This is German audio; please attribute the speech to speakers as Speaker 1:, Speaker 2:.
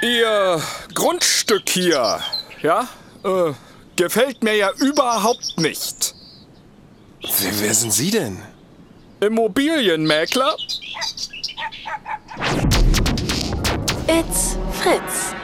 Speaker 1: Ihr Grundstück hier, ja, äh, gefällt mir ja überhaupt nicht.
Speaker 2: Wer, wer sind Sie denn?
Speaker 1: Immobilienmäkler?
Speaker 3: It's Fritz.